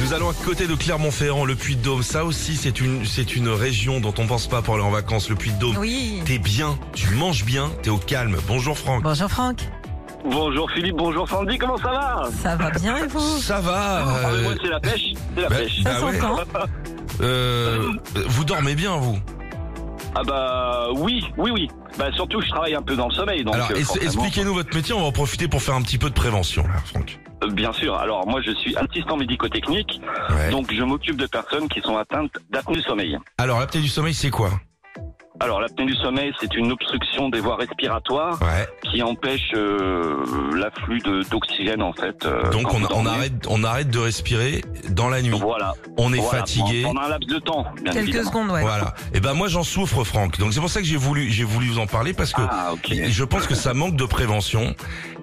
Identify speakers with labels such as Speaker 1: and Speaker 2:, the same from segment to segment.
Speaker 1: Nous allons à côté de Clermont-Ferrand, le Puy-de-Dôme. Ça aussi, c'est une, c'est une région dont on pense pas pour aller en vacances. Le Puy-de-Dôme.
Speaker 2: Oui.
Speaker 1: T'es bien, tu manges bien, t'es au calme. Bonjour Franck.
Speaker 2: Bonjour Franck,
Speaker 3: Bonjour Philippe, bonjour Sandy, comment ça va
Speaker 1: Euh,
Speaker 2: ça va bien et vous
Speaker 1: Ça va.
Speaker 3: Ah, mais
Speaker 1: euh,
Speaker 3: moi, C'est la pêche, c'est la
Speaker 1: bah,
Speaker 3: pêche.
Speaker 1: bah
Speaker 2: Ça
Speaker 1: ouais.
Speaker 2: s'entend
Speaker 1: Euh, vous dormez bien vous.
Speaker 3: Ah bah oui, oui, oui. Bah surtout, je travaille un peu dans le sommeil. Donc,
Speaker 1: Alors
Speaker 3: euh,
Speaker 1: es-
Speaker 3: forcément-
Speaker 1: expliquez-nous votre métier. On va en profiter pour faire un petit peu de prévention là, Franck.
Speaker 3: Euh, Bien sûr. Alors moi, je suis assistant médico-technique,
Speaker 1: Ouais.
Speaker 3: donc je m'occupe de personnes qui sont atteintes d'apnée du sommeil.
Speaker 1: Alors l'apnée du sommeil, c'est quoi
Speaker 3: Alors l'apnée du sommeil, c'est une obstruction des voies respiratoires
Speaker 1: Ouais.
Speaker 3: qui empêche euh, l'afflux de- d'oxygène en fait. euh,
Speaker 1: Donc
Speaker 3: quand
Speaker 1: on,
Speaker 3: vous
Speaker 1: on
Speaker 3: dormez.
Speaker 1: arrête, on arrête de respirer dans la nuit.
Speaker 3: Voilà.
Speaker 1: On est
Speaker 3: voilà,
Speaker 1: fatigué.
Speaker 3: Pendant un laps de temps, bien
Speaker 2: Quelques
Speaker 3: évidemment.
Speaker 2: secondes, ouais.
Speaker 1: Voilà. Et ben moi j'en souffre, Franck. Donc c'est pour ça que j'ai voulu, j'ai voulu vous en parler parce que
Speaker 3: Ah ok.
Speaker 1: je pense que ça manque de prévention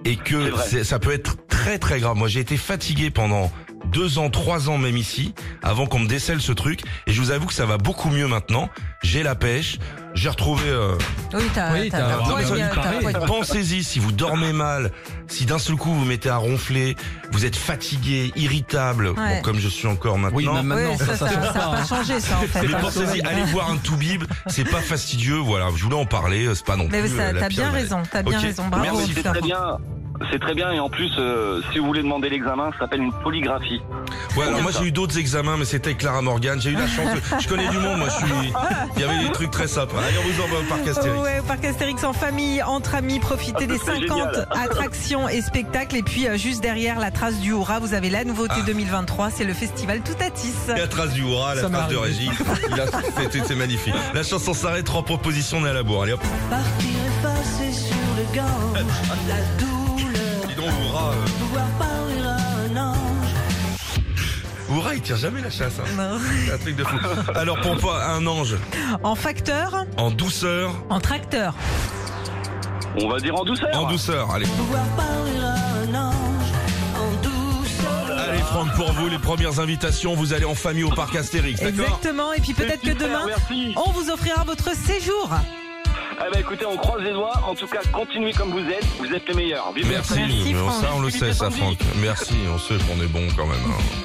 Speaker 1: et
Speaker 3: C'est
Speaker 1: que
Speaker 3: vrai.
Speaker 1: c'est- ça peut être très très grave. Moi j'ai été fatigué pendant deux ans, trois ans même ici, avant qu'on me décèle ce truc. Et je vous avoue que ça va beaucoup mieux maintenant. J'ai la pêche. J'ai retrouvé. euh,
Speaker 2: Oui, t'as
Speaker 4: Oui,
Speaker 2: t'as
Speaker 4: t'as-
Speaker 2: la
Speaker 4: t'as
Speaker 2: poigne,
Speaker 4: entendu
Speaker 2: t'as la
Speaker 4: parler.
Speaker 2: poigne.
Speaker 1: Pensez-y si vous dormez mal, si d'un seul coup vous mettez à ronfler, vous êtes fatigué, irritable,
Speaker 2: Ouais.
Speaker 1: bon, comme je suis encore maintenant.
Speaker 4: Oui, même maintenant,
Speaker 2: Oui,
Speaker 4: ça, ça,
Speaker 2: ça
Speaker 4: se
Speaker 2: n'a
Speaker 4: fait pas,
Speaker 2: pas
Speaker 4: hein.
Speaker 2: changé ça en fait.
Speaker 1: Mais
Speaker 2: hein.
Speaker 1: pensez-y, allez voir un tout-bib, c'est pas fastidieux, voilà, je voulais en parler, c'est pas non
Speaker 2: Mais
Speaker 1: plus.
Speaker 2: ça-
Speaker 1: euh, la
Speaker 2: t'as
Speaker 1: pire
Speaker 2: bien
Speaker 1: maladie.
Speaker 2: raison, t'as bien
Speaker 1: Ok,
Speaker 2: raison. Bravo,
Speaker 1: merci.
Speaker 3: C'est
Speaker 2: Franck.
Speaker 3: très bien. C'est très bien et en plus, euh, si vous voulez demander l'examen, ça s'appelle une polygraphie.
Speaker 1: Ouais, alors
Speaker 3: Combien
Speaker 1: moi
Speaker 3: ça
Speaker 1: j'ai eu d'autres examens, mais c'était avec Clara Morgan, j'ai eu la chance, de- je connais du monde, moi je suis, il y avait des trucs très sympas. Allez, on vous envoie au parc Astérix.
Speaker 2: Ouais, au parc Astérix en famille, entre amis, profitez
Speaker 3: Ah,
Speaker 2: des
Speaker 3: ça, c'est
Speaker 2: 50
Speaker 3: génial.
Speaker 2: attractions et spectacles. Et puis, euh, juste derrière la trace du Hora, vous avez la nouveauté
Speaker 1: Ah.
Speaker 2: 2023, c'est le festival Toutatis.
Speaker 1: Et la trace du hurrah, la
Speaker 4: Ça
Speaker 1: trace de
Speaker 4: m'arrive.
Speaker 1: Régis, il a- c'était- c'est magnifique. La chanson s'arrête, trois propositions, on est à la bourre, allez hop.
Speaker 5: Partir et passer sur le gange, la douleur,
Speaker 1: Dis donc, hurrah, euh,
Speaker 5: pouvoir parler à un ange.
Speaker 1: hurrah, il tire jamais la chasse, hein.
Speaker 2: Non.
Speaker 1: C'est un truc de fou. Alors pour pas un ange,
Speaker 2: En facteur,
Speaker 1: en douceur,
Speaker 2: en tracteur.
Speaker 3: On va dire en douceur.
Speaker 1: en douceur, allez.
Speaker 5: Pouvoir parler à un ange, en douceur.
Speaker 1: Allez Franck, pour vous, les premières invitations, vous allez en famille au parc Astérix, d'accord
Speaker 2: Exactement. Et puis peut-être que
Speaker 3: Super,
Speaker 2: demain,
Speaker 3: Merci.
Speaker 2: on vous offrira votre séjour.
Speaker 3: Eh ben écoutez, on croise les doigts. En tout cas, continuez comme vous êtes. Vous êtes les meilleurs. Vive
Speaker 1: Merci,
Speaker 2: Merci, Franck.
Speaker 1: ça on le sait ça Franck. Merci, on sait qu'on est bon quand même. hein.